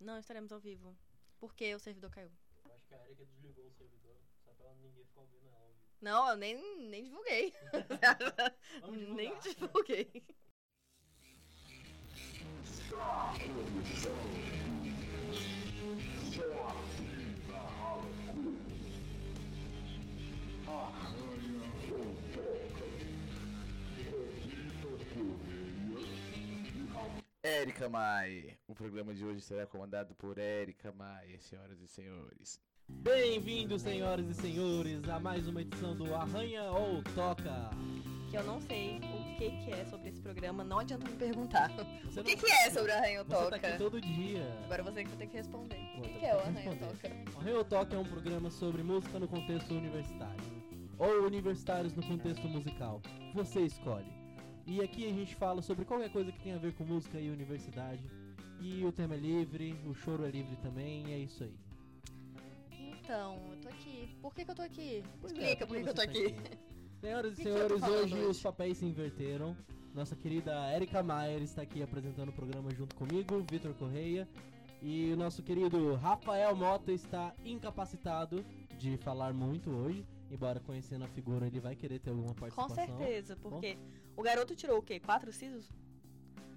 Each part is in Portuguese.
Não estaremos ao vivo. Porque o servidor caiu. Eu acho que a Erika desligou o servidor, só pra ela- ninguém ficar ouvindo ela ao vivo. Não, eu nem, nem divulguei. Vamos divulgar. nem divulguei. Érica Mai. O programa de hoje será comandado por Érica Mai, senhoras e senhores. Bem-vindos, senhoras e senhores, a mais uma edição do Arranha ou Toca. Que eu não sei o que, que é sobre esse programa, não adianta me perguntar. Você O que, que é sobre o Arranho Você tá Toca? aqui todo dia. Agora você que vai ter que responder. Pô, O que, eu que é tô o tentando Arranho Toca? responder. Arranha ou Toca é um programa sobre música no contexto universitário. Ou universitários no contexto musical. Você escolhe. E aqui a gente fala sobre qualquer coisa que tenha a ver com música e universidade. E o tema é livre, o choro é livre também, e é isso aí. Então, eu tô aqui. Por que, que eu tô aqui? Pois é, Explica por que, que eu tô você aqui. tá Senhoras Por que e que eu tô senhores, falando hoje hoje? os papéis se inverteram. Nossa querida Erika Maier está aqui apresentando o programa junto comigo, Vitor Correia. E o nosso querido Rafael Mota está incapacitado de falar muito hoje. Embora conhecendo a figura, ele vai querer ter alguma Com participação. certeza, porque o garoto tirou o quê? Quatro sisos?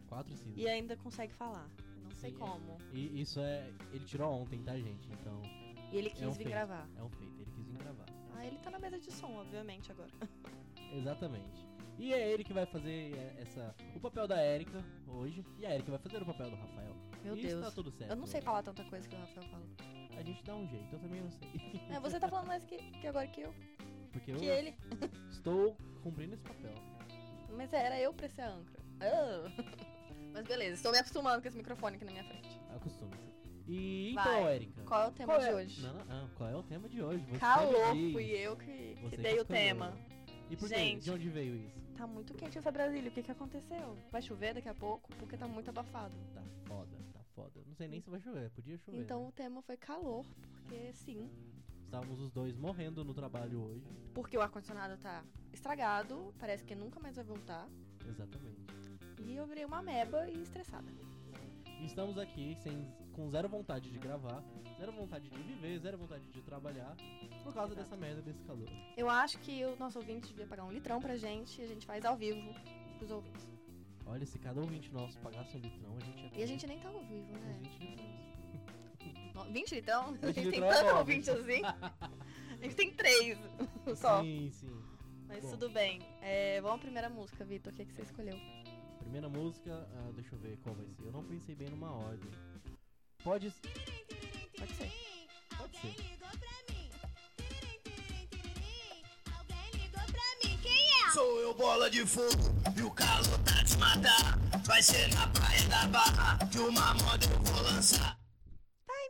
Quatro sim. E ainda consegue falar. Não sei Sim, é. como. E isso é. Ele tirou ontem, tá, gente? Então E ele quis um vir feito. gravar. é um feito, ele quis vir gravar. Ah, ele tá na mesa de som, obviamente, agora. Exatamente. E é ele que vai fazer é, essa, o papel da Erika hoje. E a Erika vai fazer o papel do Rafael. Meu e Deus. Isso tá tudo certo. Eu não sei falar tanta coisa que o Rafael fala. A gente dá um jeito, eu também não sei. É, você tá falando mais que, que agora que eu, Porque eu que ele. estou cumprindo esse papel. Mas é, era eu pra ser a âncora. Ah. Mas beleza, estou me acostumando com esse microfone aqui na minha frente. Acostume-se. E Vai. então, Erika. Qual é o tema de é- hoje? Não, não, não. Qual é o tema de hoje? Você Calor, me diz. fui eu que, que Você dei o escolheu. tema. E por quê? Gente. De onde veio isso? Tá muito quente essa Brasília, o que que aconteceu? Vai chover daqui a pouco, porque tá muito abafado. Tá foda, tá foda. Não sei nem se vai chover, podia chover. Então né? o tema foi calor, porque sim. Estávamos os dois morrendo no trabalho hoje. Porque o ar-condicionado tá estragado, parece que nunca mais vai voltar. Exatamente. E eu virei uma ameba e estressada. E Estamos aqui sem, com zero vontade de gravar, zero vontade de viver, zero vontade de trabalhar, por causa Exato. dessa merda desse calor. Eu acho que o nosso ouvinte devia pagar um litrão pra gente e a gente faz ao vivo pros ouvintes. Olha, se cada ouvinte nosso pagasse um litrão, a gente ia ter E a gente nem tá ao vivo, uns né? 20 litrões. No- 20 litrão? A gente tem litrão é tanto bom, ouvinte assim. A gente tem três É. só. Sim, sim. Mas bom. tudo bem. É, vamos à primeira música, Vitor. O que, é que você escolheu? Primeira música, ah, deixa eu ver qual vai ser. Eu não pensei bem numa ordem. Pode ser. Pode ser. Pode ser. Sou eu bola de fogo e o calor tá te matar. Vai ser na praia da barra que uma moda eu vou lançar.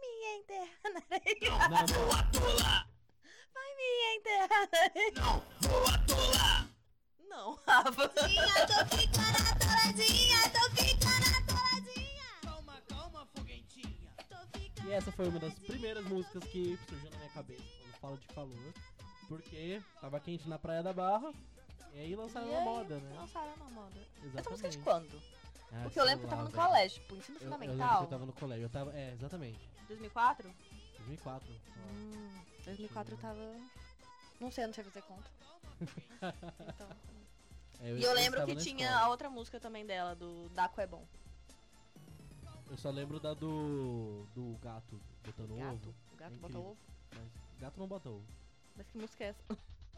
Me enterra, Não, não, Atolar, me enterra. não, vou atolar. Não, Rafa. E essa foi uma das primeiras músicas que surgiu na minha cabeça quando falo de calor. Porque tava quente na Praia da Barra e aí lançaram E a aí, moda, né? Lançaram uma moda. Exatamente. Essa música é de quando? Ah, Porque eu lembro que eu tava sei lá, no velho. colégio, tipo, ensino Eu- Eu, lembro que fundamental. eu tava no colégio. Eu tava, é, exatamente. 2004? 2004. ó. Hum, 2004 eu tava. Não sei, eu não sei fazer conta. Então. É, E eu lembro estava que na tinha escola. a outra música também dela, do Daco é Bom. Eu só lembro da do. do gato botando Gato. ovo. O gato Tem bota que- ovo. Mas gato não bota ovo. Mas que música é essa?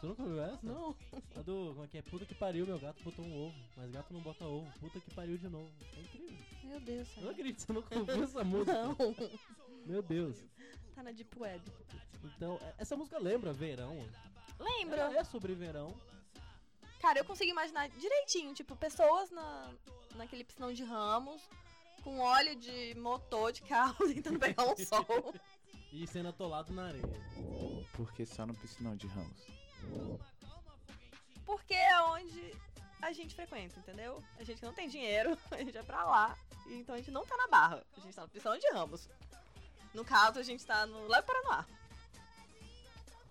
Você nunca ouviu essa? Não. A do. Como é que é? Puta que pariu, meu gato botou um ovo. Mas gato não bota ovo. Puta que pariu de novo. É incrível. Meu Deus, Eu não Sarah. acredito, você nunca ouviu essa música. É. Não. Meu Deus. Tá na Deep Web. Então, é- essa música lembra verão? Lembra? Ela é sobre verão. Cara, eu consigo imaginar direitinho, tipo, pessoas na, naquele piscinão de ramos, com óleo de motor de carro tentando pegar um sol. E sendo atolado na areia. Porque só no piscinão de Ramos. Porque é onde a gente frequenta, entendeu? A gente não tem dinheiro, a gente é pra lá. E Então a gente não tá na barra, a gente tá no piscinão de ramos. No caso, a gente tá no Leve Paranoá.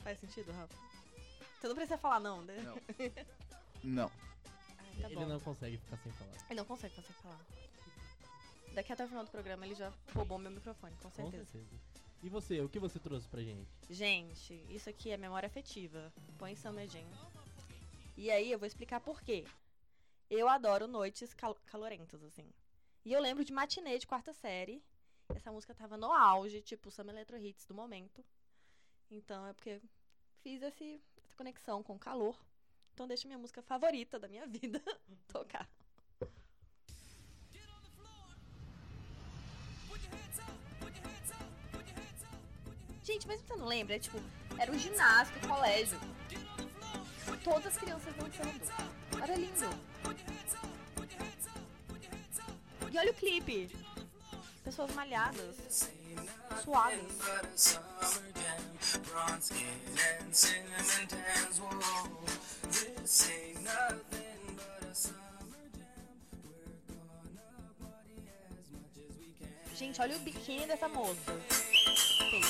Faz sentido, Rafa? Você não precisa falar não, né? Não. Não. Ai, tá bom. Tá Ele não consegue ficar sem falar. Ele não consegue fazer falar. Daqui até o final do programa ele já roubou meu microfone, com Com certeza. certeza. E você, o que você trouxe pra gente? Gente, isso aqui é memória afetiva. Põe São Medinho. E aí eu vou explicar por quê. Eu adoro noites cal- calorentas, assim. E eu lembro de matinê de quarta série. Essa música tava no auge, tipo, Summer Electro Hits do momento. Então é porque fiz esse- essa conexão com o calor. Então deixa minha música favorita da minha vida tocar. Gente, mas você não lembra? É tipo, era o ginásio do colégio. Todas as crianças dançando. Era lindo. E olha o clipe. Pessoas malhadas, suadas. Gente, olha o biquíni dessa moça. Tem.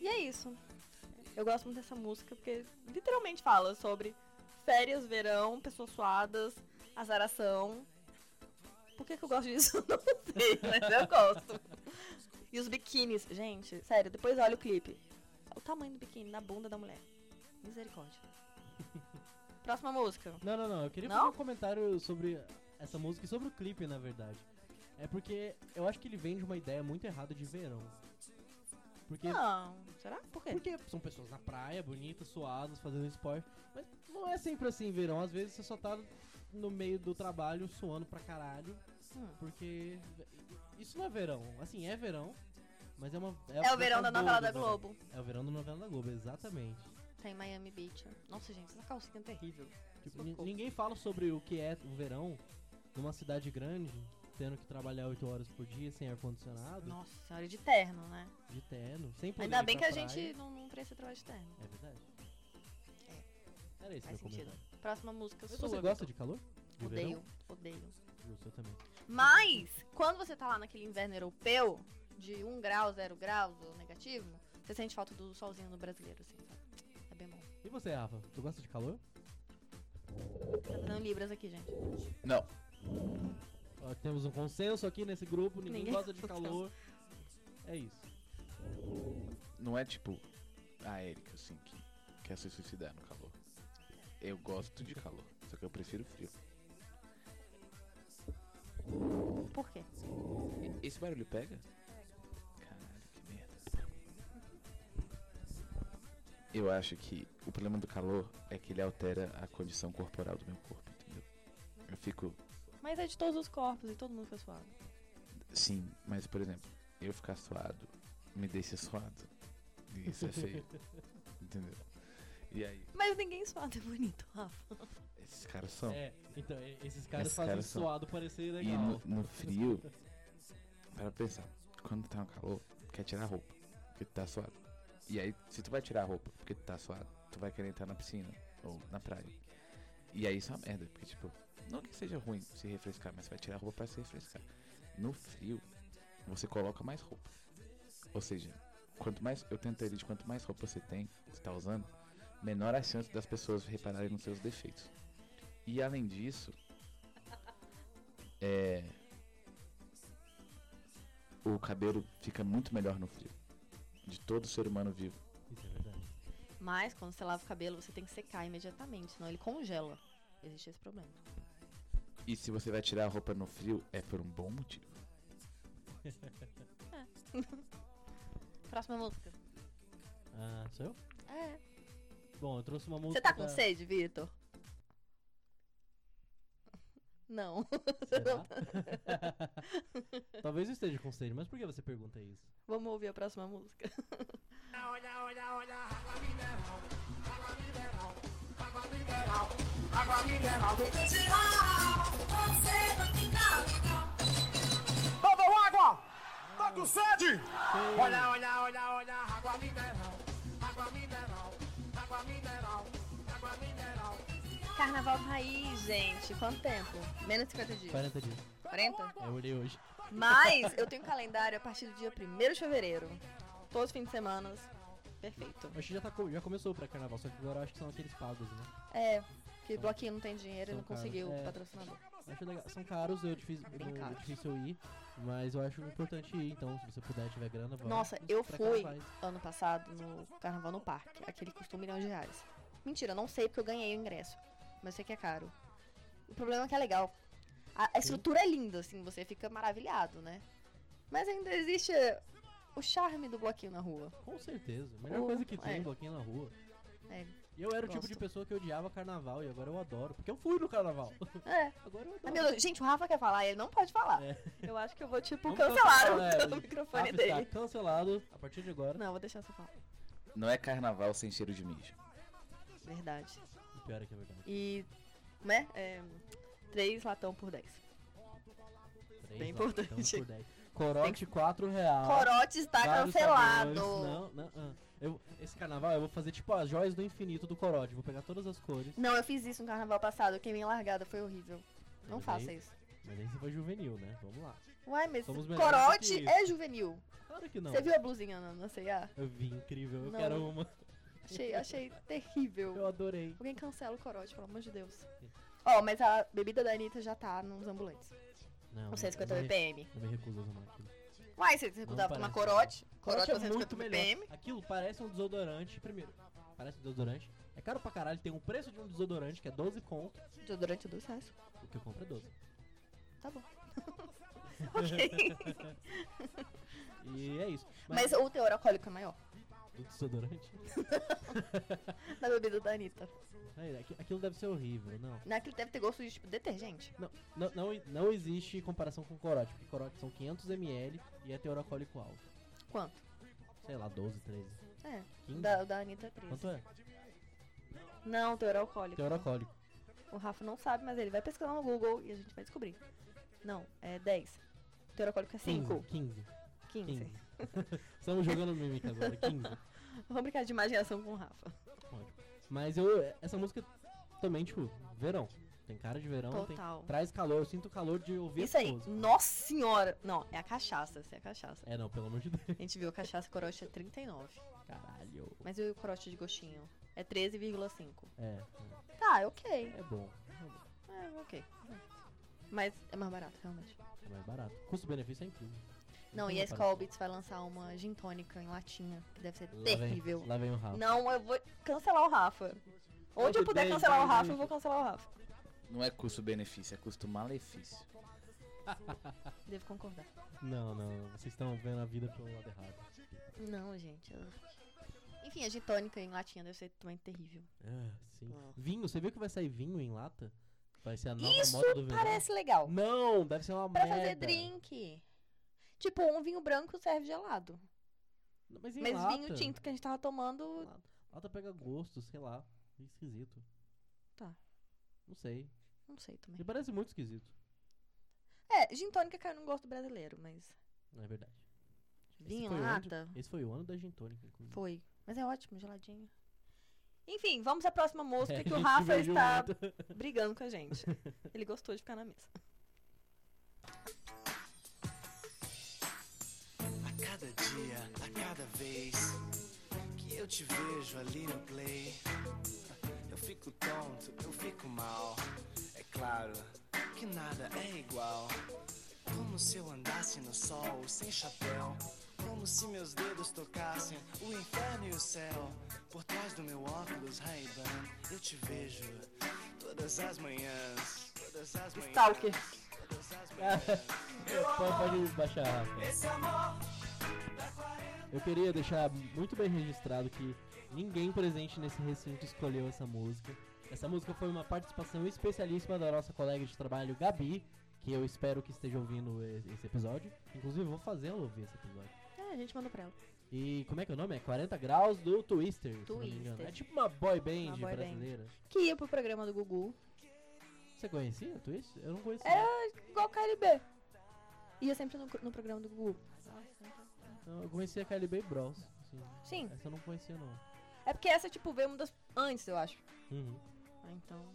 E é isso. Eu gosto muito dessa música porque literalmente fala sobre férias, verão, pessoas suadas, azaração. Por que, que eu gosto disso? Não sei, mas eu gosto. E os biquínis, gente, sério, depois olha o clipe. O tamanho do biquíni na bunda da mulher. Misericórdia. Próxima música. Não, não, não. Eu queria Não? fazer um comentário sobre essa música e sobre o clipe, na verdade. É porque eu acho que ele vem de uma ideia muito errada de verão. Porque, Não, será? Por quê? porque são pessoas na praia, bonitas, suadas, fazendo esporte. Mas não é sempre assim em verão. Às vezes você só tá no meio do trabalho suando pra caralho. Hum. Porque isso não é verão. Assim, é verão. Mas é uma. É o verão da novela acabou do da verão. Globo. É o verão da novela da Globo, exatamente. Tá em Miami Beach. Nossa, gente, essa calcinha é terrível. Tipo, Socorro. ni- ninguém fala sobre o que é o verão numa cidade grande, tendo que trabalhar 8 horas por dia sem ar-condicionado, Nossa senhora, de terno, né? de terno, sem poder Ainda ir bem que pra a praia. gente não, não precisa trabalhar de terno. É verdade. Era esse É, Faz meu sentido. comentário. Próxima música Mas sua. você gosta Vitor. de calor? De verão? Odeio, odeio. Justo, eu também. Mas, quando você tá lá naquele inverno europeu, de 1 grau, 0 graus ou negativo, você sente falta do solzinho no brasileiro, assim, sabe? É bem bom. E você, Rafa? Tu gosta de calor? Tá dando libras aqui, gente. Não. Ó, temos um consenso aqui nesse grupo, ninguém, Ninguém gosta de gosta. calor. É isso. Não é tipo a Erika, assim, que quer se suicidar no calor. Eu gosto de calor, só que eu prefiro frio. Por quê? E- Esse barulho pega? Caralho, que merda. Eu acho que o problema do calor é que ele altera a condição corporal do meu corpo, entendeu? Eu fico Mas é de todos os corpos e todo mundo fica suado. Sim, mas por exemplo, eu ficar suado me deixa suado. E isso é feio. entendeu? E aí, Mas ninguém suado é bonito, Rafa. esses caras são. É, então, e- esses caras Esses fazem caras são- suado parecer e legal. no, no frio, para pensar, quando tá no calor, quer tirar a roupa, porque tu tá suado. E aí, se tu vai tirar a roupa porque tu tá suado, tu vai querer entrar na piscina ou na praia. E aí isso é uma merda, porque tipo, não que seja ruim se refrescar, mas você vai tirar a roupa pra se refrescar. No frio, você coloca mais roupa. Ou seja, quanto mais. Eu tento entender de quanto mais roupa você tem, você tá usando, menor a chance das pessoas repararem nos seus defeitos. E além disso, é. O cabelo fica muito melhor no frio. De todo ser humano vivo. Isso é verdade. Mas, quando você lava o cabelo, você tem que secar imediatamente, senão ele congela. Existe esse problema. E se você vai tirar a roupa no frio, é por um bom motivo. Próxima música. Ah, sou eu? É. Bom, eu trouxe uma música. Você tá com da- sede, Vitor? Não. Será? Talvez eu esteja com sede, mas por que você pergunta isso? Vamos ouvir a próxima música. Bebam água! Tá com sede? Olha, olha, olha, olha, água mineral, água mineral, água mineral, água mineral. carnaval raiz, gente. Quanto tempo? Menos de 50 dias. 40 dias. 40? Eu olhei hoje. Mas eu tenho um calendário a partir do dia 1 de fevereiro. Todos os fins de semana. Perfeito. Acho que já, tá, co- já começou pra carnaval, só que agora eu acho que são aqueles pagos, né? É, que bloquinho não tem dinheiro e São não conseguiu caros, é. patrocinador. Eu Acho legal. São caros, eu difícil, Bem eu- caros. difícil eu ir, mas eu acho importante ir, então, se você puder tiver grana, vai. Nossa, Nos eu fui pré-carnavais. ano passado no Carnaval no Parque. Aquele que custa um milhão de reais. Mentira, não sei porque eu ganhei o ingresso. Mas eu sei que é caro. O problema é que é legal. A, a estrutura é linda, assim, você fica maravilhado, né? Mas ainda existe o charme do bloquinho na rua. Com certeza. Melhor Oh, coisa que tem, é. bloquinho na rua. É. E eu era o tipo Gosto. de pessoa que odiava carnaval e agora eu adoro, porque eu fui no carnaval. É. Agora eu Ah, adoro. meu Deus, gente, o Rafa quer falar, ele não pode falar. É. Eu acho que eu vou, tipo, Vamos cancelar cancelar, o, é. o microfone Rafa está dele. cancelado a partir de agora. Não, vou deixar você falar. Não é carnaval sem cheiro de mijo. Verdade. O pior é que é verdade. E, né? É, três latão por 10. Três Bem lá, importante. então, por dez. Corote 4 real. Corote está Ah, vários cancelado. sabores. Não, não, ah. Eu- esse carnaval eu vou fazer tipo as joias do infinito do corote. Vou pegar todas as cores. Não, eu fiz isso no carnaval passado, eu queimei largada, foi horrível. Não Mas faça aí- isso. Mas aí você foi juvenil, né? Vamos lá. Ué, mas somos melhores do que corote isso. é juvenil. Claro que não. Você viu a blusinha na, na C&A? Eu vi, incrível. Eu Não. quero uma. Achei, achei terrível. Eu adorei. Alguém cancela o corote, pelo amor de Deus. Ó, mas a bebida da Anitta já tá nos ambulantes. É. Não, Com não, 150 eu me- BPM. Eu me recuso a usar aquilo. Uai, você recusava Não tomar parece. corote? Corote Corote com é muito 150 melhor. BPM? Aquilo parece um desodorante. Primeiro, parece um desodorante. É caro pra caralho. Tem um preço de um desodorante que é 12 conto. Durante dois reais. O que eu compro é 12. Tá bom. ok. E é isso. Mas, Mas o teor alcoólico é maior. do desodorante. Na bebida da Anitta. Aí, É, aqui- Aquilo deve ser horrível. Não. Naquilo deve ter gosto de tipo, detergente. Não, não, não, não existe comparação com corote, porque corote são 500ml e é teor alcoólico alto. Quanto? Sei lá, 12, 13, É. 15? Da, da Anitta é 13. Quanto é? Não, teor alcoólico. Teor alcoólico. O Rafa não sabe, mas ele vai pesquisar no Google e a gente vai descobrir. Não, é 10. Teor alcoólico é 5. 15, 15. 15. 15. Estamos jogando mímica agora, 15. Vamos brincar de imaginação com o Rafa. Mas eu, essa música também, tipo, verão. Tem cara de verão, Então, tem- Total. traz calor, eu sinto calor de ouvir Isso essa aí. música. Nossa senhora. Não, é a cachaça. Essa é a cachaça. É, não, pelo amor de Deus. A gente viu a cachaça corote é 39. Caralho. Mas e o corote de gostinho? É 13,5. É, Tá, é ok. é é bom. É, ok. Mas é mais barato, realmente. É mais barato. Custo-benefício é incrível. é Não, e tem a comparação. Skull Beats vai lançar uma gin tônica em latinha, que deve ser Lá vem- terrível. Lá vem o ralo. Não, eu vou cancelar o Rafa. Onde eu Onde puder tem, cancelar o vai, né? Rafa, vai. eu vou cancelar o Rafa. Não é custo-benefício, é custo-malefício. Devo concordar. Não, não, vocês estão vendo a vida pelo lado errado. Não, gente. eu- Enfim, a gin tônica em latinha deve ser também terrível. Ah, sim. Não. Vinho, você viu que vai sair vinho em lata? Vai ser a nova Isso moda do verão. Parece legal. Não, deve ser uma Pra merda. fazer drink. Tipo, um vinho branco serve gelado. Não, Mas, em Mas lata, vinho tinto que a gente tava tomando. Lata pega gosto, sei lá. É esquisito. Tá. Não sei. Não sei também. Me parece muito esquisito. Hum. É, gin tônica caiu no gosto brasileiro, mas. Não é verdade. Vinho, foi o ano de- lata. Esse foi o ano da Gintônica, inclusive. Foi. Mas é ótimo, geladinho. Enfim, vamos à próxima música É, que a o gente Rafa divergiu está muito. brigando com a gente. Ele gostou de ficar na mesa. A cada dia, a cada vez que eu te vejo ali no play, eu fico tonto, eu fico mal. É claro que nada é igual. Como se eu andasse no sol sem chapéu. Como se meus dedos tocassem o inferno e o céu. Por trás do meu óculos Ray-Ban, eu te vejo todas as manhãs. Todas as manhãs. Stalker. Todas as manhãs. pode, pode baixar, Rafa. Esse amor Eu queria deixar muito bem registrado que ninguém presente nesse recinto escolheu essa música. Essa música foi uma participação especialíssima da nossa colega de trabalho, Gabi, que eu espero que esteja ouvindo e- esse episódio. Inclusive, vou fazer ela ouvir esse episódio. É, a gente mandou pra ela. E como é que é o nome? É 40 Graus do Twister, se não me engano. Twister. É tipo uma boy band Uma boy brasileira. Que ia pro programa do Gugu. Você conhecia o Twister? Eu não conhecia. Era igual o KLB. Ia sempre no, no programa do Gugu. Não, Eu conhecia a KLB Bros. assim. Sim. Essa eu não conhecia, não. É porque essa, tipo, veio uma das. Antes, eu acho. Uhum. Ah, Então.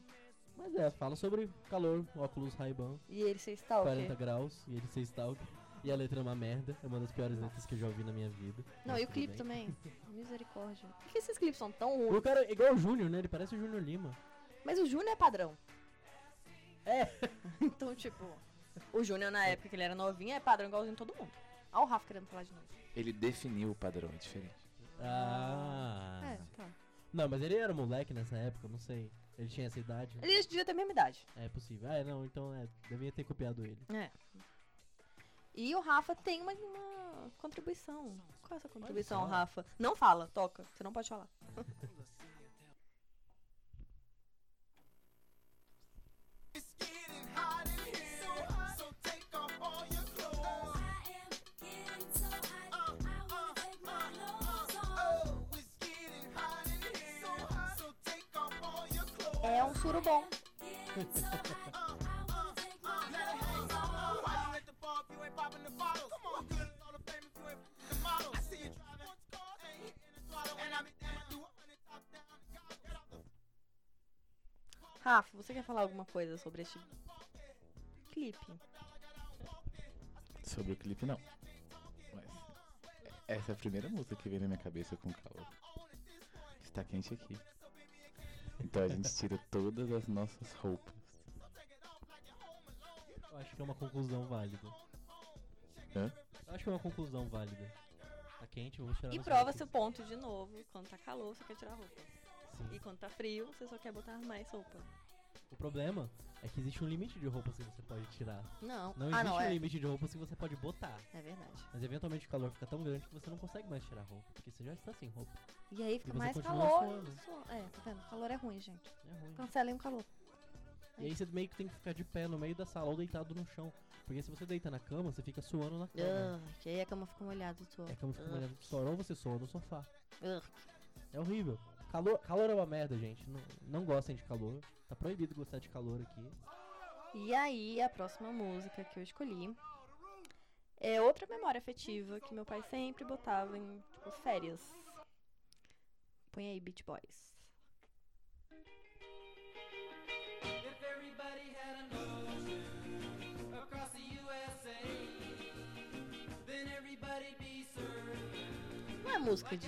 Mas é, fala sobre calor, óculos Ray-Ban, E ele ser stalker. 40 graus, e ele ser stalker. E a letra é uma merda, é uma das piores letras que eu já ouvi na minha vida. Não, mas e o tudo clipe bem. também. Misericórdia. Por que esses clipes são tão O ruins? cara é igual o Júnior, né? Ele parece o Júnior Lima. Mas o Júnior é padrão. É. Então, tipo, o Júnior na época que ele era novinho é padrão igualzinho todo mundo. Olha o Rafa querendo falar de novo. Ele definiu o padrão, é diferente. Ah. É, tá. Não, mas ele era moleque nessa época, não sei. Ele tinha essa idade. né? Ele devia ter a mesma idade. É possível. Ah, não, então é, devia ter copiado ele. É. E o Rafa tem uma, uma contribuição. Qual é essa contribuição, falar. Rafa? Não fala, toca. Você não pode falar. É um surubom. Rafa, você quer falar alguma coisa sobre este clipe? Sobre o clipe, não. Mas essa é a primeira música que veio na minha cabeça com calor. Está quente aqui. Então a gente tira todas as nossas roupas. Eu acho que é uma conclusão válida. Hã? Eu acho que é uma conclusão válida. Tá quente, eu vou tirar E meus prova óculos. seu ponto de novo. Quando tá calor, você quer tirar roupa. Sim. E quando tá frio, você só quer botar mais roupa. O problema é que existe um limite de roupas que você pode tirar. Não. Não existe ah, não, um é. limite de roupas que você pode botar. É verdade. Mas eventualmente o calor fica tão grande que você não consegue mais tirar roupa. Porque você já está sem roupa. E aí fica E você mais continua calor. suando. Sua- É, tá vendo? Calor é ruim, gente. É ruim. Cancelem o calor. E aí você meio que tem que ficar de pé no meio da sala ou deitado no chão. Porque se você deita na cama, você fica suando na cama. Ah, que aí a cama fica molhada, tu. E a cama fica Ah. molhada de suor. Ou você soa no sofá. Ah. É horrível. Calor, calor é uma merda, gente. Não, não gostem de calor. Tá proibido gostar de calor aqui. E aí, a próxima música que eu escolhi é outra memória afetiva que meu pai sempre botava em tipo, férias. Põe aí, Beach Boys. If everybody had an ocean across the USA, then everybody'd be served. Não é música de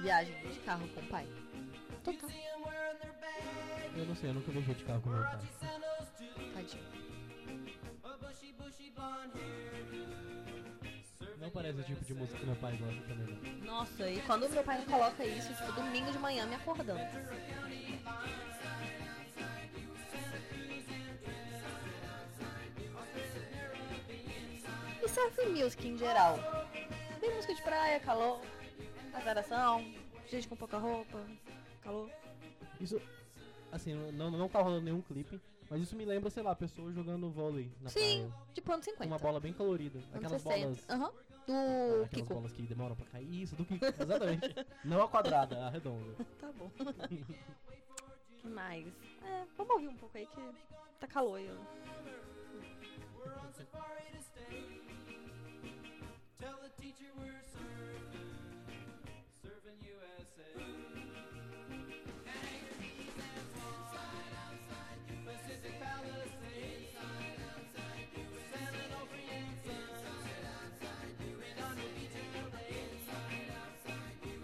viagem de carro com o pai? You'd see 'em wearing their baggy Eu não sei, eu nunca viajei de carro com meu pai. Warachi sandals too. Tadinho. A bushy, bushy blonde hairdo. Não parece o tipo de música que meu pai gosta também, não. Nossa, e quando meu pai me coloca isso, tipo, domingo de manhã me acordando. E surf music em geral? Tem música de praia, calor, azaração, gente com pouca roupa, calor. Isso, assim, não, não tá rolando nenhum clipe, mas isso me lembra, sei lá, pessoas jogando vôlei na Sim, praia. tipo anos Com uma 50, bola bem colorida. anos Aquelas 60. bolas... Aham, ah, do Aquelas Kiko. bolas que demoram pra cair. Isso, do Kiko. Exatamente. não a quadrada, a redonda. Tá bom. que mais? É, vamos ouvir um pouco aí que tá calor aí. ó. We're on safari to stay. Tell the teacher we're serving. Serving USA. Hangers and swans. Pacific Palisades. San Onofre and Sons. Redondo Beach and the lakes.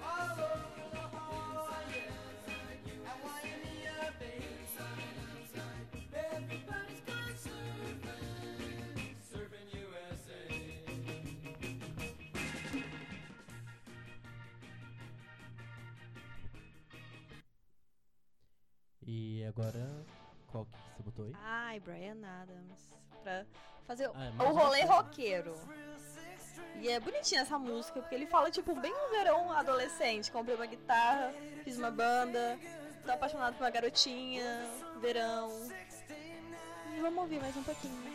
All over the Hawaii. At Waimea Bay. Everybody's gone surfing. Serving USA. E agora, qual que você botou aí? Ai, Brian Adams. Pra fazer Ah, é mais o uma rolê coisa. roqueiro. E é bonitinha essa música, porque ele fala, tipo, bem um verão adolescente. Comprei uma guitarra, fiz uma banda, tô apaixonado por uma garotinha, verão. E vamos ouvir mais um pouquinho.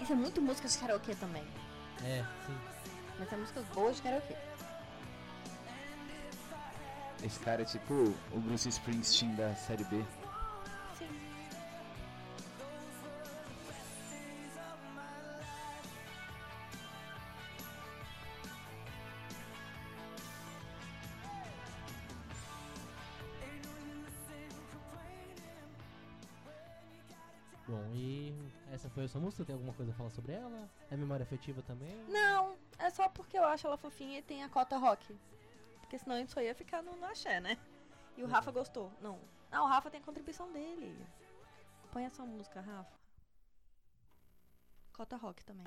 Isso é muito música de karaokê também. É, sim. Mas é músicas boas de karaokê. Esse cara é tipo o Bruce Springsteen da série B. Sim. Bom, e essa foi a sua música? Tem alguma coisa a falar sobre ela? É memória afetiva também? Não, é só porque eu acho ela fofinha e tem a cota rock. Porque senão a gente só ia ficar no, no axé, né? E o Rafa gostou. Não. Ah, o Rafa tem a contribuição dele. Põe essa música, Rafa. Cota rock também.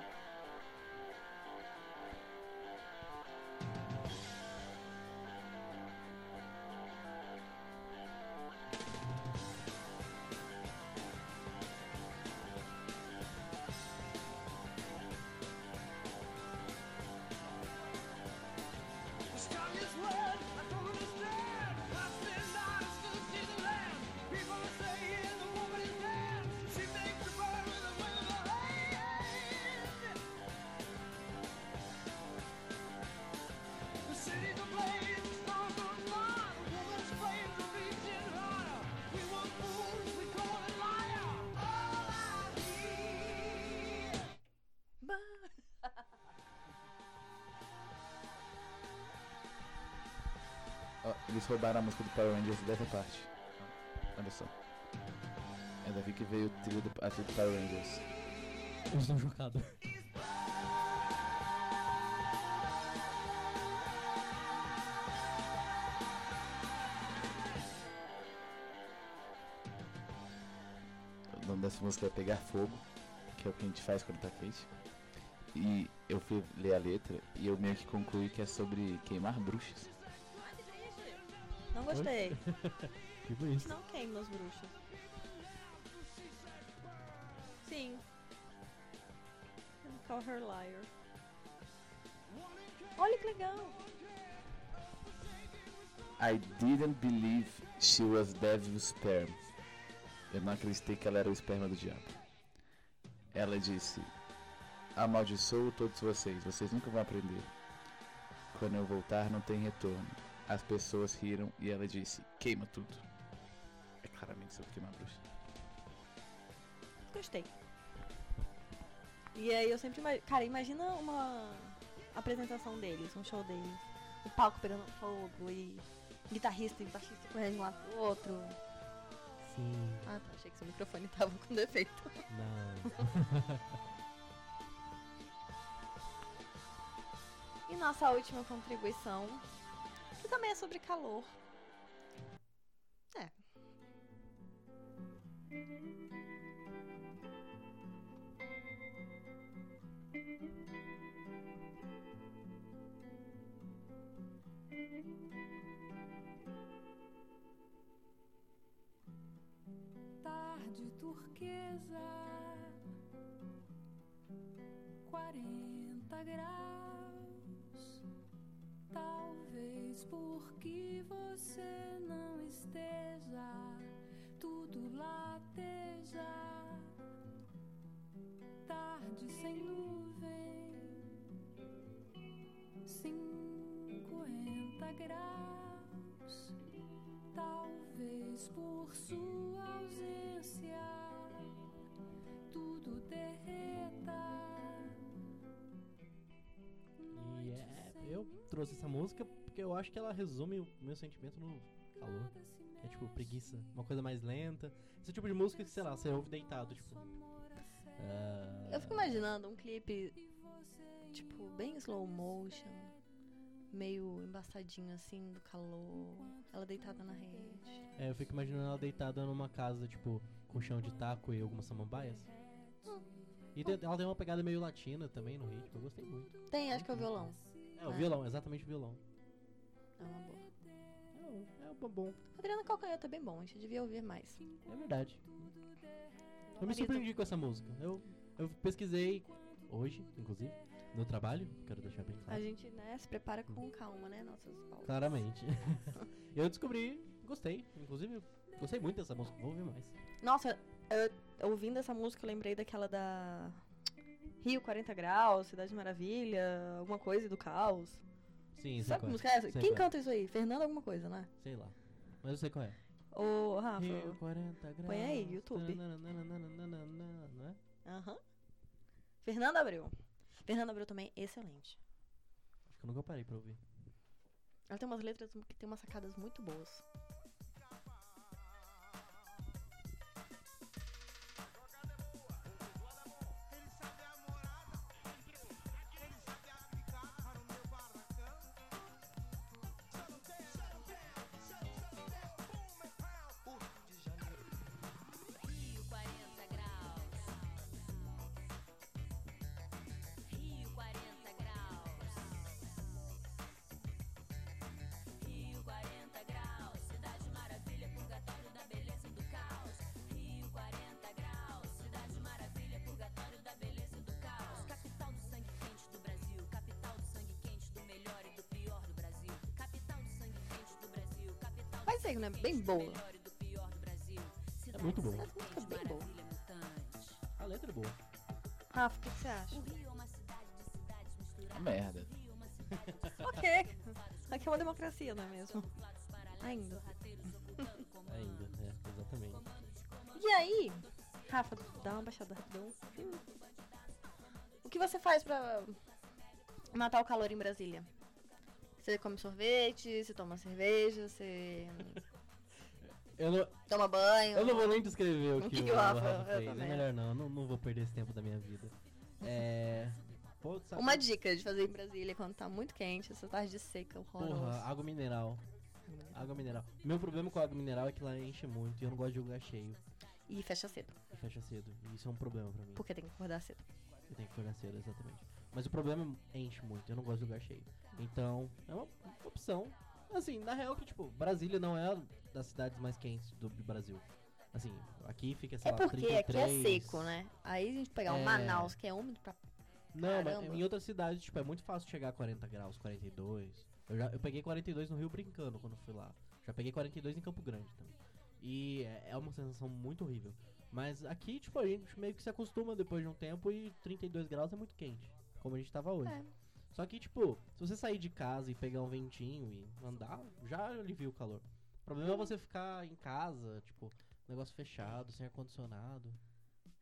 Ó, eles roubaram a música do Power Rangers dessa parte. Olha só. É daqui que veio o trilho do, a trilha do Power Rangers. Eu estou chocado. O nome dessa música é Pegar Fogo, que é o que a gente faz quando tá quente. E eu fui ler a letra e eu meio que concluí que é sobre queimar bruxas. Não gostei. Tipo isso. Não queima os bruxos. Sim. Vamos call her liar. Olha que legal. I didn't believe she was devil's sperm. Eu não acreditei que ela era o esperma do diabo. Ela disse: Amaldiçoo todos vocês, vocês nunca vão aprender. Quando eu voltar, não tem retorno. As pessoas riram e ela disse: Queima tudo. É claramente sobre queimar bruxa. Gostei. E aí eu sempre imagino. Cara, imagina uma apresentação deles, um show deles. O palco pegando fogo e guitarrista e baixista correndo de um lado pro outro. Sim, Ah, tá. Achei que seu microfone tava com defeito. não. E nossa última contribuição, que também é sobre calor. É. tarde turquesa, 40 graus. Talvez porque você não esteja, tudo lateja. Tarde sem nuvem, 50 graus talvez por sua ausência tudo derreta. E é, eu trouxe essa música porque eu acho que ela resume o meu sentimento no calor. que É tipo preguiça, uma coisa mais lenta. Esse tipo de música que, sei lá, você ouve deitado, tipo. ah, Eu fico imaginando um clipe, tipo, bem slow motion, meio embaçadinho assim, do calor. Ela deitada na rede. é, eu fico imaginando ela deitada numa casa, tipo, com chão de taco e algumas samambaias. E de- ela tem uma pegada meio latina também no ritmo, eu gostei muito. Tem, acho que é o violão. É, o Ah. violão, exatamente o violão. É uma boa. É um, é um bombom, Adriana Calcanhoto é bem bom, a gente devia ouvir mais. é verdade. Eu me marido. surpreendi com essa música. Eu, eu pesquisei hoje, inclusive, no trabalho, quero deixar bem claro. A gente, né, se prepara com calma, né, nossas pautas. Claramente. eu descobri, gostei. Inclusive, gostei muito dessa música. Vou ouvir mais. Nossa, eu- ouvindo essa música, eu lembrei daquela da Rio 40 Graus, Cidade Maravilha, alguma coisa do caos. Sim, sei Sabe qual que é. música é essa? Sei Quem qual é. canta isso aí? Fernando alguma coisa, né? Sei lá. Mas eu sei qual é. Ô, Rafa. Rio 40 graus. Põe aí, YouTube. tanananananana, Não é? Aham. Fernanda Abreu. Fernanda Abreu também, excelente. Acho que eu nunca parei pra ouvir. Ela tem umas letras que tem umas sacadas muito boas. que não é bem boa. É muito bom. Mas música bem boa. A letra é boa. Rafa, o que que você acha? É Uma merda. ok. Aqui é uma democracia, não é mesmo? Ainda. Ainda, é, exatamente. E aí, Rafa, dá uma baixada rapidão. o que você faz pra matar o calor em Brasília? Você come sorvete, você toma cerveja, você Eu não, toma banho. eu não vou nem descrever o O que, que o que o Rafa- né? Rafa eu fez. É também. melhor não, não, não vou perder esse tempo da minha vida. É. Pô, sabe- Uma dica de fazer em Brasília quando tá muito quente, essa tarde seca, Porra, horrorosa. água mineral. Água mineral. Meu problema com a água mineral é que lá enche muito e eu não gosto de lugar cheio E fecha cedo, e fecha cedo. E isso é um problema pra mim. porque tem que acordar cedo. Eu tenho que acordar cedo, exatamente. Mas o problema é enche muito, eu não gosto de lugar cheio. Então, é uma opção. Assim, na real que, tipo, Brasília não é das cidades mais quentes do do Brasil. Assim, aqui fica, sei É lá, porque 33... aqui é seco, né? Aí a gente pegar É. um Manaus, que é úmido pra Não, mas Caramba. em outras cidades, tipo, é muito fácil chegar a 40 graus, 42. Eu, já, eu peguei 42 no Rio brincando quando fui lá. Já peguei 42 em Campo Grande também. E é, é uma sensação muito horrível. Mas aqui, tipo, a gente meio que se acostuma depois de um tempo e 32 graus é muito quente, como a gente tava hoje. É. Só que, tipo, se você sair de casa e pegar um ventinho e andar, já alivia o calor. O problema Uhum. é você ficar em casa, tipo, negócio fechado, sem ar-condicionado.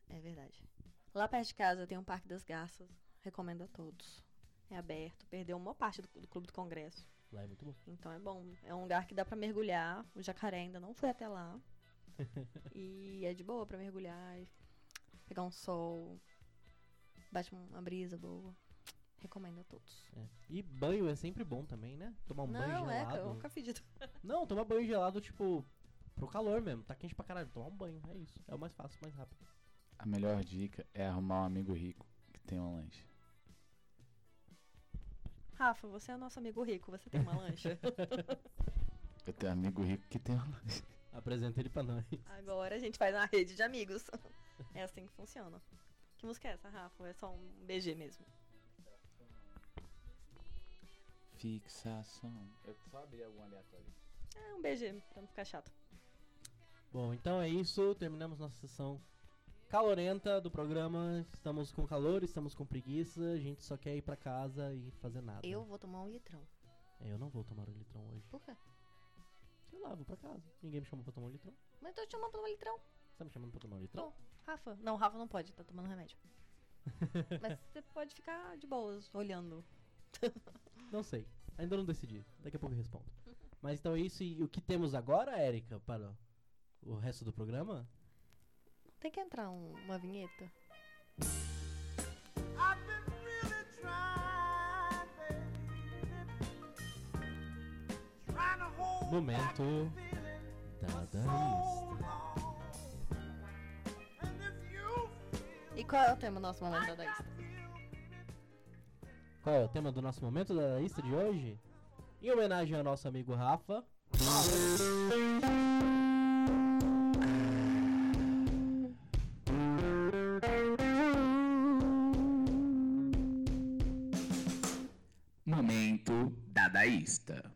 É verdade. Lá perto de casa tem um Parque das Garças. Recomendo a todos. É aberto, perdeu uma parte do, do Clube do Congresso. Lá é muito bom. Então é bom. É um lugar que dá pra mergulhar. O jacaré ainda não foi até lá. e é de boa pra mergulhar. e Pegar um sol. Bate um, uma brisa boa. Recomendo a todos. É. E banho é sempre bom também, né? Tomar um banho não, é, gelado. eu nunca fiz de tudo. Não, tomar banho gelado, tipo, pro calor mesmo. Tá quente pra caralho, tomar um banho, é isso. É o mais fácil, mais rápido. A melhor dica é arrumar um amigo rico que tem um lanche. Rafa, você é nosso amigo rico, você tem uma lancha? Eu tenho um amigo rico que tem um lanche. Apresenta ele pra nós. Agora a gente faz uma rede de amigos. É assim que funciona. Que música é essa, Rafa? Ou É só um BG mesmo. Fixação. Eu só abri algum aleatório. É um BG, pra não ficar chato. Bom, então é isso. Terminamos nossa sessão calorenta do programa. Estamos com calor, estamos com preguiça. A gente só quer ir pra casa e fazer nada. Eu vou tomar um litrão. É, eu não vou tomar um litrão hoje. Por quê? Sei lá, vou pra casa. Ninguém me chamou pra tomar um litrão. Mas eu tô te chamando pra tomar litrão. Você tá me chamando pra tomar um litrão? Rafa. Não, Rafa não pode, tá tomando remédio. Mas você pode ficar de boas olhando. Não sei. Ainda não decidi. Daqui a pouco eu respondo. Mas então é isso. E o que temos agora, Érica, para o resto do programa? Tem que entrar um- uma vinheta? Momento da Tá, Dada E qual é o tema do nosso momento dadaísta? Qual é o tema do nosso momento da lista de hoje? Em homenagem ao nosso amigo Rafa. Momento dadaísta.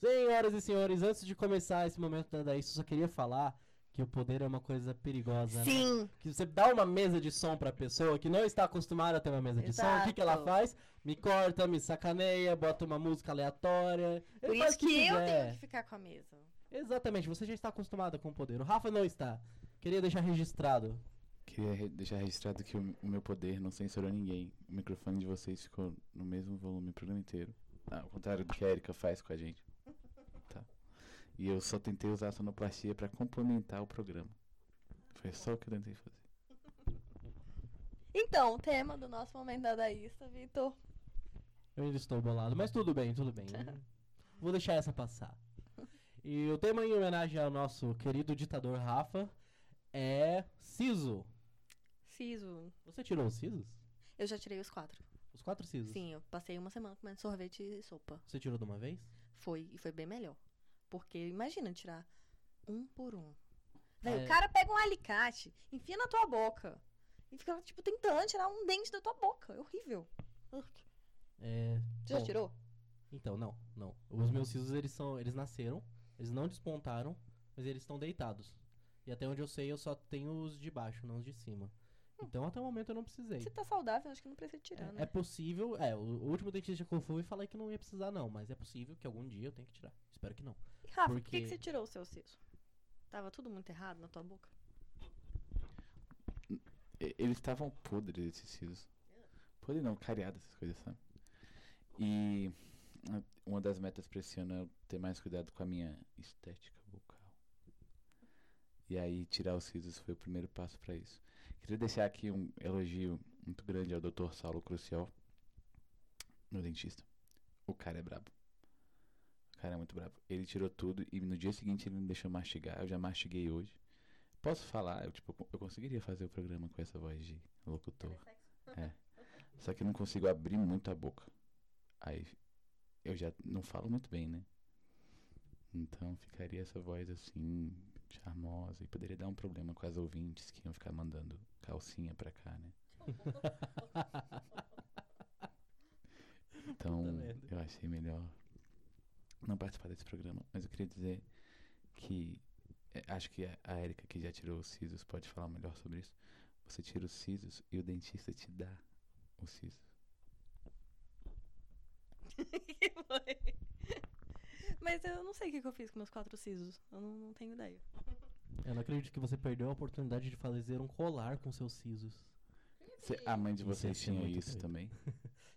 Senhoras e senhores, antes de começar esse momento da Dadaísta, eu só queria falar que o poder é uma coisa perigosa. né? Sim! Que você dá uma mesa de som pra pessoa que não está acostumada a ter uma mesa de som, o que, que ela Exato. faz? Me corta, me sacaneia, bota uma música aleatória. Ele Por faz isso o que eu quiser. tenho que ficar com a mesa. Exatamente, você já está acostumado com o poder. O Rafa não está. Queria deixar registrado. Queria é re- deixar registrado que o, o meu poder não censurou ninguém. O microfone de vocês ficou no mesmo volume o programa inteiro. Ah, ao contrário do que a Erika faz com a gente. Tá. E eu só tentei usar a sonoplastia pra complementar o programa. Foi só o que eu tentei fazer. Então, o tema do nosso momento dadaísta, Vitor. Eu ainda estou bolado, mas tudo bem, tudo bem. Eu Vou deixar essa passar. E o tema em homenagem ao nosso querido ditador Rafa é Siso. Siso. Você tirou os Sisos? Eu já tirei os quatro. Os quatro Sisos? Sim, eu passei uma semana comendo sorvete e sopa. Você tirou de uma vez? Foi, e foi bem melhor. Porque imagina tirar um por um. Véi, É. o cara pega um alicate, enfia na tua boca. E fica, tipo, tentando tirar um dente da tua boca. É horrível. Urk. É. Você já Bom, tirou? Então, não, não. Os meus sisos, eles são. Eles nasceram Eles não despontaram, mas eles estão deitados. E até onde eu sei, eu só tenho os de baixo, não os de cima. Então até o momento eu não precisei. Se tá saudável, acho que não precisa tirar, É, né? é possível, é, o o último dentista que eu fui falei que não ia precisar não, mas é possível que algum dia eu tenha que tirar. Espero que não. E, Rafa, por que, porque- que você tirou o seu siso? Tava tudo muito errado na tua boca? E- Eles estavam podres, esses sisos. Podre não, cariado, essas coisas, sabe? E ah, uma das metas pra esse ano é eu ter mais cuidado com a minha estética vocal. E aí, tirar os sisos foi o primeiro passo pra isso. Queria deixar aqui um elogio muito grande ao Dr. Saulo Crucial, meu dentista. O cara é brabo. O cara é muito brabo. Ele tirou tudo e no dia seguinte ele me deixou mastigar. Eu já mastiguei hoje. Posso falar? Eu, tipo, eu conseguiria fazer o programa com essa voz de locutor. É. Só que eu não consigo abrir muito a boca. Aí eu já não falo muito bem, né? Então ficaria essa voz assim, charmosa. E poderia dar um problema com as ouvintes que iam ficar mandando calcinha pra cá, né? Então Puta merda. eu achei melhor não participar desse programa. Mas eu queria dizer que é, acho que a- a Erika, que já tirou os sisos, pode falar melhor sobre isso. Você tira os sisos e o dentista te dá os sisos. Que foi? Mas eu não sei o que, que eu fiz com meus quatro sisos. Eu não, não tenho ideia. Eu não acredito que você perdeu a oportunidade de fazer um colar com seus sisos. Cê- a mãe de Isso vocês ia ser tinha é muito isso doido. também?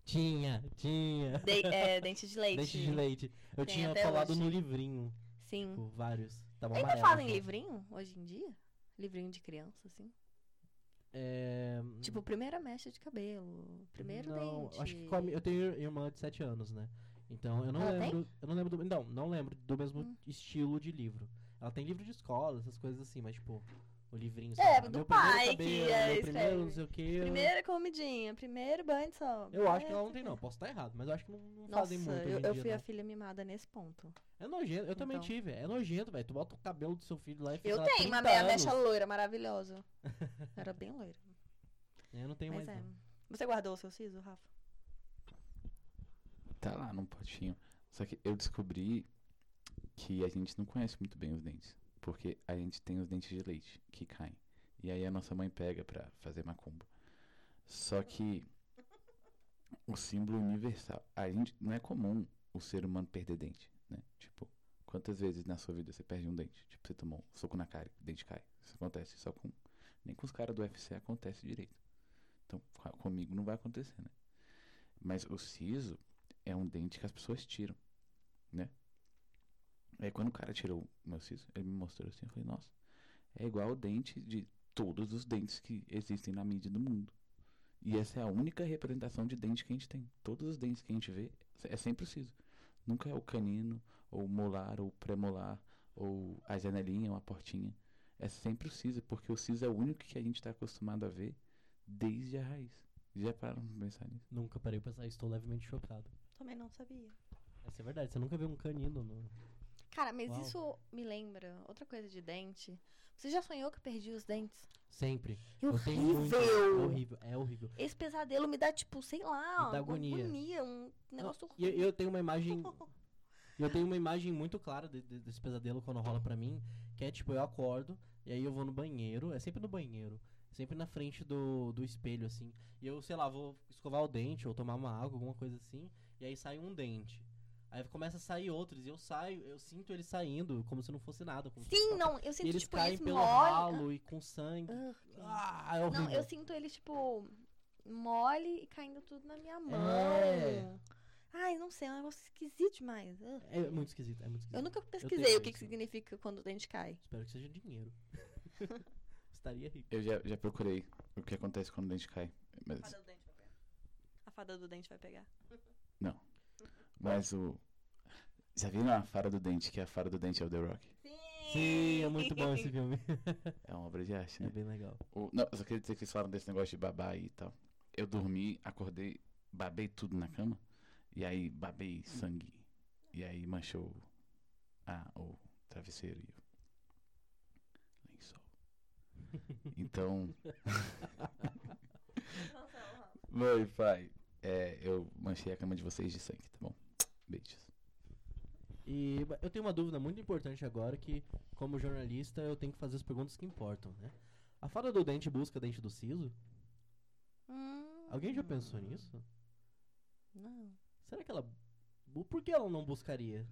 Tinha, tinha. é, dente de leite. Leite de leite. Eu Tem tinha até colado hoje. no livrinho, Sim. tipo, vários. Tava Ainda amarelo assim. fazem já. livrinho hoje em dia? Livrinho de criança, assim? É... Tipo, primeira mecha de cabelo, primeiro não, dente. acho que com a mi- eu tenho irmã de 7 anos, né? Então eu não Ela tem? Hum. lembro, eu não lembro do, não, não lembro do mesmo estilo de livro. Ela tem livro de escola, essas coisas assim, mas tipo, o livrinho sei É, lá, do meu pai que primeiro cabelo, é, meu primeiro, escreve. não sei o quê. Primeira comidinha, primeiro banho de sol. Eu acho que primeiro- ela não tem não, posso estar errado, mas eu acho que não, não Nossa, fazem muito hoje eu, em eu dia, fui a não. filha mimada nesse ponto. É nojento, eu também Então. tive, é nojento, velho. Tu bota o cabelo do seu filho lá e fica Eu lá tenho uma 30 meia anos. mecha loira maravilhosa. Era bem loira. Eu não tenho Mas mais. é. não. Você guardou o seu siso, Rafa? Tá lá num potinho. Só que eu descobri que a gente não conhece muito bem os dentes. Porque a gente tem os dentes de leite que caem. E aí a nossa mãe pega pra fazer macumba. Só que o símbolo universal. A gente não é comum o ser humano perder dente, né? Tipo, quantas vezes na sua vida você perde um dente? Tipo, você tomou um soco na cara e o dente cai. Isso acontece só com. Nem com os caras do UFC acontece direito. Então, co- comigo não vai acontecer, né? Mas o siso, é um dente que as pessoas tiram, né? Aí quando o cara tirou o meu siso, ele me mostrou assim, eu falei, nossa, é igual o dente de todos os dentes que existem na mídia do mundo. E essa é a única representação de dente que a gente tem. Todos os dentes que a gente vê é sempre o siso. Nunca é o canino, ou o molar, ou o premolar, ou a janelinha, ou a portinha. É sempre o siso, porque o siso é o único que a gente está acostumado a ver desde a raiz. Já pararam pra pensar nisso? Nunca parei pra pensar, estou levemente chocado. Também não sabia. Essa é verdade, você nunca viu um canino no... Cara, mas Uau. isso me lembra outra coisa de dente. Você já sonhou que eu perdi os dentes? Sempre. É Eu tenho muito. É horrível! Um horrível, é horrível. Esse pesadelo me dá, tipo, sei lá, Me dá uma agonia. um negócio E eu, horrível. eu tenho uma imagem. Eu tenho uma imagem muito clara de- de- desse pesadelo quando rola pra mim, que é tipo, eu acordo, e aí eu vou no banheiro, é sempre no banheiro, sempre na frente do, do espelho, assim. E eu, sei lá, vou escovar o dente ou tomar uma água, alguma coisa assim, e aí sai um dente. Aí começa a sair outros, e eu saio, eu sinto ele saindo, como se não fosse nada. Como se Sim, fosse- não, eu sinto, E eles tipo, caem eles pelo molham. ralo e com sangue. Ah, gente. Ah, é horrível. Não, eu sinto eles, tipo, mole e caindo tudo na minha mão. Ai, não sei, é um negócio esquisito demais. Ah. É muito esquisito, é muito esquisito. Eu nunca tenho pesquisei o que, que isso. significa quando o dente cai. Espero que seja dinheiro. Estaria rico. Eu já, já procurei o que acontece quando o dente cai. Mas, Fada do dente vai pegar. A fada do dente vai pegar. mas o. Já viram a Fara do Dente, que é a Fara do Dente é o The Rock? Sim, é muito bom esse filme. É uma obra de arte, É né? bem legal. O- não, eu só queria dizer que vocês falaram desse negócio de babar aí e tal. Eu dormi, acordei, babei tudo na cama. E aí babei sangue. E aí manchou a, o travesseiro e o lençol. Então. Mãe, pai, é, eu manchei a cama de vocês de sangue, tá bom? Beijos. E ba- eu tenho uma dúvida muito importante agora que, como jornalista, eu tenho que fazer as perguntas que importam, né? A fada do dente busca dente do siso? Hum, Alguém já pensou nisso? não. Será que ela... bu- Por que ela não buscaria?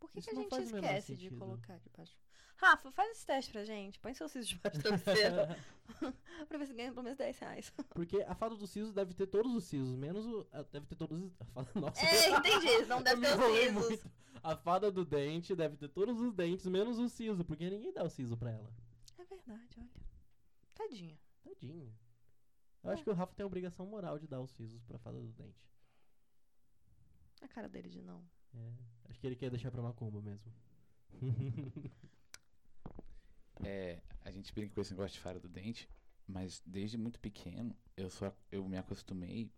Por que, Isso que a não gente faz o menor esquece de sentido. colocar debaixo? Rafa, faz esse teste pra gente. Põe seu siso debaixo do travesseiro pra ver se ganha pelo menos 10 reais. Porque a fada do siso deve ter todos os sisos, menos o... ah, Deve ter todos os... A fada... Nossa, É, entendi. Não deve ter eu me enrolei os sisos. muito. A fada do dente deve ter todos os dentes, menos o siso, porque ninguém dá o siso pra ela. É verdade, olha. Tadinha. Tadinho. Eu É. acho que o Rafa tem a obrigação moral de dar os sisos pra fada do dente. A cara dele de não. É, acho que ele quer deixar pra macumba mesmo. É, a gente brinca com esse negócio de fada do dente, mas desde muito pequeno eu só eu me acostumei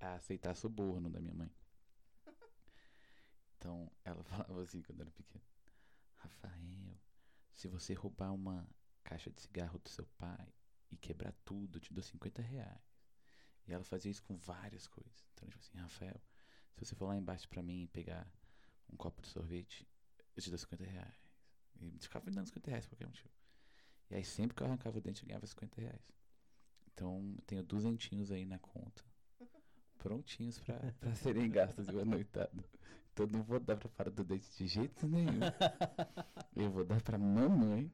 a aceitar suborno da minha mãe. Então ela falava assim quando eu era pequeno: Rafael, se você roubar uma caixa de cigarro do seu pai e quebrar tudo, eu te dou 50 reais. E ela fazia isso com várias coisas. Então, tipo assim, Rafael, se você for lá embaixo pra mim e pegar um copo de sorvete, eu te dou 50 reais. E ficava me dando 50 reais por qualquer motivo. E aí sempre que eu arrancava o dente eu ganhava 50 reais. Então eu tenho duzentinhos aí na conta. Prontinhos pra, pra serem gastos igual noitado. Então eu não vou dar pra fora do dente de jeito nenhum. Eu vou dar pra mamãe.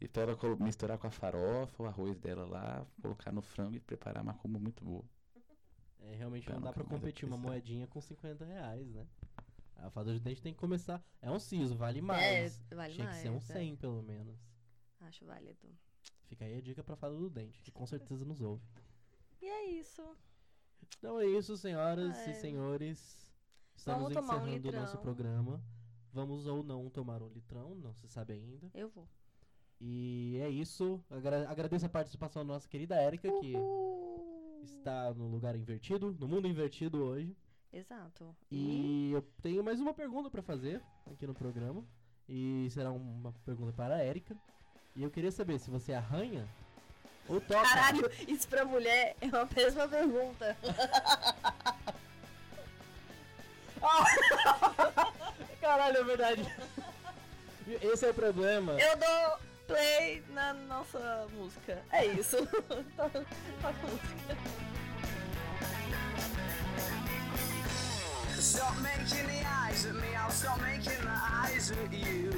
E pra ela colo- misturar com a farofa, o arroz dela lá, colocar no frango e preparar uma combo muito boa. É, realmente Eu não dá nunca pra mais competir uma apreciei. moedinha com 50 reais, né? A fada do dente tem que começar. É um siso, vale É, mais. vale Tinha mais. que ser um é. 100, pelo menos. Acho válido. Fica aí a dica pra fada do dente, que com certeza nos ouve. E é isso. Então é isso, senhoras Ah, é. e senhores. Estamos Vamos tomar um encerrando o nosso litrão. programa. Vamos ou não tomar um litrão, não se sabe ainda. Eu vou. E é isso. Agra- agradeço a participação da nossa querida Érica, que Uhul. está no lugar invertido, no mundo invertido hoje. Exato. E... E eu tenho mais uma pergunta pra fazer aqui no programa. E será um- uma pergunta para a Érica. E eu queria saber se você arranha ou toca. Caralho, isso pra mulher é uma mesma pergunta. Caralho, é verdade. Esse é o problema. Eu dou play na nossa música. É isso. tá Toca a música. Stop making the eyes at me, I'll stop making the eyes at you.